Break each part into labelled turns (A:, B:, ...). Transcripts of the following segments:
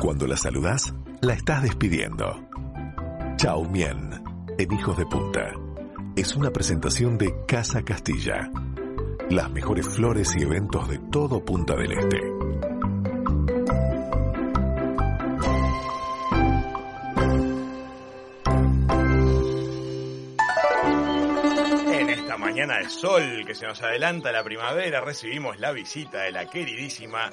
A: cuando la saludas, la estás despidiendo. Chao Mien, en Hijos de Punta, es una presentación de Casa Castilla. Las mejores flores y eventos de todo Punta del Este.
B: En esta mañana de sol que se nos adelanta la primavera, recibimos la visita de la queridísima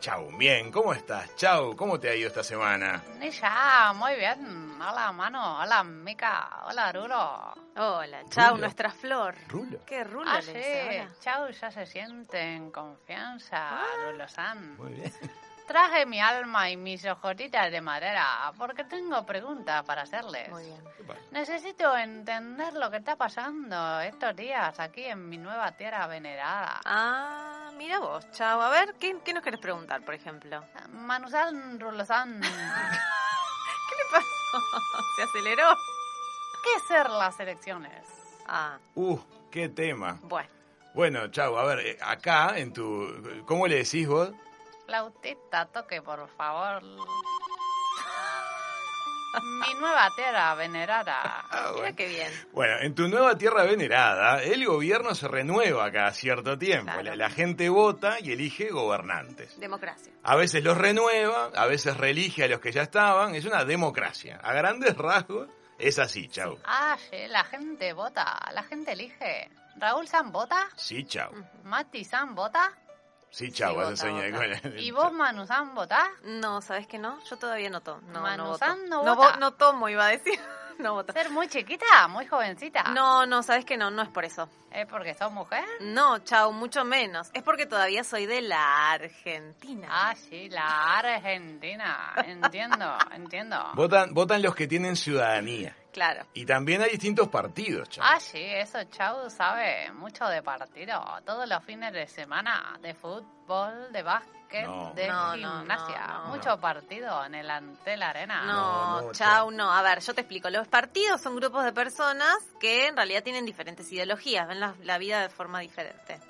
B: Chau. Bien, ¿cómo estás? Chau, ¿cómo te ha ido esta semana?
C: Ya, muy bien. Hola, mano. Hola, Mica. Hola, Rulo.
D: Hola, chao,
B: Rulo.
D: nuestra flor.
B: Rulo.
D: Qué rulo
C: Ah,
D: le
C: sí.
D: dice, hola. Ah.
C: Chau, ya se siente en confianza, Rulo San.
B: Muy bien.
C: Traje mi alma y mis ojotitas de madera porque tengo preguntas para hacerles.
D: Muy bien.
B: ¿Qué pasa?
C: Necesito entender lo que está pasando estos días aquí en mi nueva tierra venerada.
D: Ah, mira vos, chao. A ver, ¿qué, qué nos querés preguntar, por ejemplo?
C: Manusal Rulosán, ¿qué
D: ¿Qué le pasó? ¿Se aceleró?
C: es ser las elecciones?
D: Ah,
B: Uh, qué tema.
D: bueno.
B: Bueno, Chau, a ver, eh, acá en tu... ¿Cómo le decís vos?
C: Flautista, toque, por favor. Mi nueva tierra venerada.
B: Ah,
D: Mira qué bien.
B: Bueno, en tu nueva tierra venerada, el gobierno se renueva cada cierto tiempo.
D: Claro.
B: La, la gente vota y elige gobernantes.
D: Democracia.
B: A veces los renueva, a veces reelige a los que ya estaban. Es una democracia. A grandes rasgos es así, Chau.
C: Ah, sí, la gente vota, la gente elige. Raúl San vota,
B: Sí, Chau.
C: Mati San vota
B: Sí, Chau,
D: Sí,
B: vas a
D: vota,
B: soñar
D: vota.
B: con la-
C: y vos Manu San vota.
D: No, ¿sabes qué no? Yo todavía no tomo. No,
C: Manu
D: no voto.
C: San no
D: no,
C: vota.
D: vo- no tomo, iba a decir. No voto.
C: Ser muy chiquita, muy jovencita.
D: No, no, ¿sabes qué no? No es por eso.
C: ¿Es porque sos mujer?
D: No, chao, mucho menos. Es porque todavía soy de la Argentina.
C: Ah, sí, la Argentina. Entiendo, entiendo.
B: Votan, votan los que tienen ciudadanía.
D: Claro.
B: Y también hay distintos partidos, Chau.
C: Ah, sí, eso Chau sabe mucho de partido. Todos los fines de semana, de fútbol, de básquet,
B: No.
C: de
D: No, no,
C: gimnasia.
D: no, no.
C: mucho partido en el Antel Arena.
B: Ah,
D: No,
B: No, no, chau.
D: chau, no. A ver, yo te explico. Los partidos son grupos de personas que en realidad tienen diferentes ideologías, ven la, la vida de forma diferente.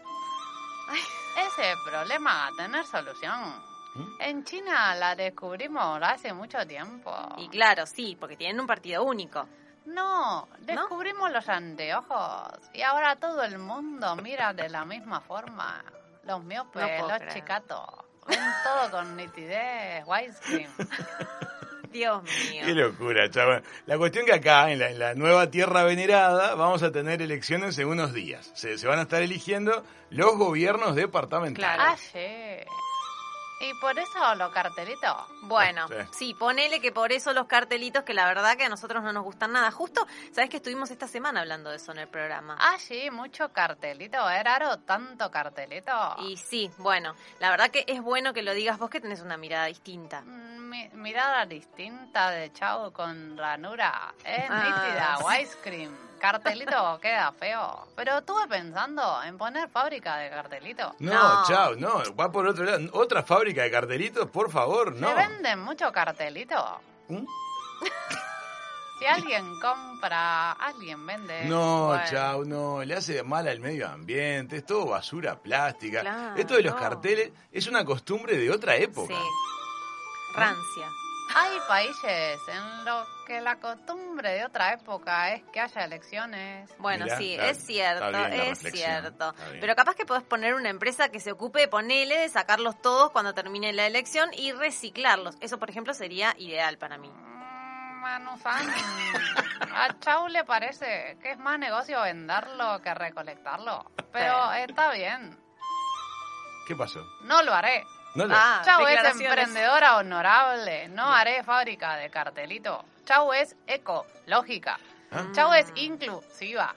C: Ese problema a tener solución.
B: ¿Mm?
C: En China la descubrimos hace mucho tiempo.
D: Y
B: Ah.
D: claro, sí, porque tienen un partido único.
C: No, descubrimos los anteojos. Y ahora todo el mundo mira de la misma forma. Los miopes,
D: No puedo
C: los
D: creer.
C: chicatos. Ven todo con nitidez, widescreen.
D: Dios
B: Qué
D: mío.
B: locura, chaval. La cuestión que acá, en la, en la nueva tierra venerada, vamos a tener elecciones en unos días. Se, se van a estar eligiendo los gobiernos
C: Ah,
B: departamentales.
C: sí. Y por eso los cartelitos.
D: Bueno,
B: Sí.
D: sí, ponele que por eso los cartelitos, que la verdad que a nosotros no nos gustan nada. Justo, ¿sabes que estuvimos esta semana hablando de eso en el programa?
C: Ah, sí, mucho cartelito. Es raro tanto cartelito.
B: Ah.
D: Y sí, bueno, la verdad que es bueno que lo digas vos que tenés una mirada distinta.
C: Mm, mi- mirada distinta de Chau con ranura. Es
D: Ah,
C: nítida,
D: sí.
C: widescreen. Cartelito queda feo. Pero estuve pensando en poner fábrica de cartelito.
B: No,
D: No.
B: chao, no. Va por otro lado. Otra fábrica de cartelitos, por favor, no.
C: Se venden mucho cartelito.
B: ¿Mm?
C: Si alguien compra, alguien vende.
B: No,
D: Bueno.
B: chao, no. Le hace mal al medio ambiente. Es todo basura plástica.
D: Claro.
B: Esto de los carteles es una costumbre de otra época.
D: Sí. Rancia.
C: Hay países en los que la costumbre de otra época es que haya elecciones.
D: Bueno,
B: Mirá,
D: sí,
B: está-
D: es cierto,
B: está bien la
D: es
B: reflexión,
D: cierto.
B: está bien.
D: Pero capaz que podés poner una empresa que se ocupe, ponele, de sacarlos todos cuando termine la elección y reciclarlos. Eso, por ejemplo, sería ideal para mí.
C: Mm, Manu San, a Chau le parece que es más negocio venderlo que recolectarlo. Pero está bien,
B: ¿Qué pasó?
C: no lo haré.
B: No lo-
D: Ah,
C: Chau es
D: declaraciones.
C: emprendedora honorable, no haré fábrica de cartelito. Chau es ecológica.
B: ¿Ah?
C: Chau es inclusiva.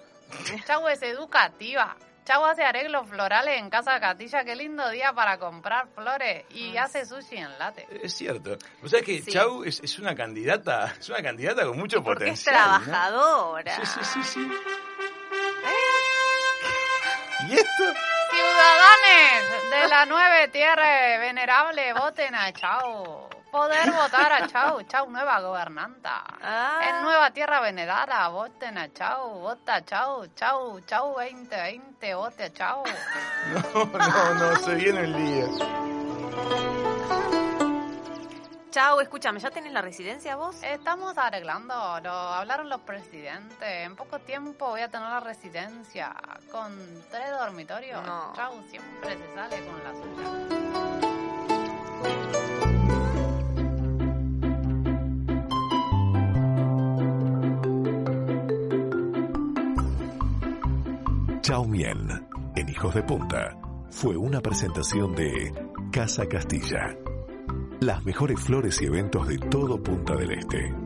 C: Chau es educativa. Chau hace arreglos florales en Casa Catilla. Qué lindo día para comprar flores. Y hace sushi en late.
B: Es cierto. O sea que
D: Sí.
B: Chau es, es una candidata, es una candidata con mucho
D: Porque es
B: potencial. ¿no?
D: trabajadora.
B: Sí, sí, sí, sí. ¿Y esto?
C: Ciudadanes de la nueve tierra venerable, voten a Chau. Poder votar a Chau. Chau, nueva gobernanta.
D: Ah.
C: En nueva tierra venerada, voten a Chau. Vota Chau. Chau, Chau 2020, vote a Chau.
B: No, no, no, se viene el día.
D: Chau, escúchame, ¿ya tenés la residencia vos?
C: Estamos arreglando, lo hablaron los presidentes. En poco tiempo voy a tener la residencia con tres dormitorios.
D: No.
C: Chau siempre se sale con la suya.
A: Chao Mien, en Hijos de Punta, fue una presentación de Casa Castilla. Las mejores flores y eventos de todo Punta del Este.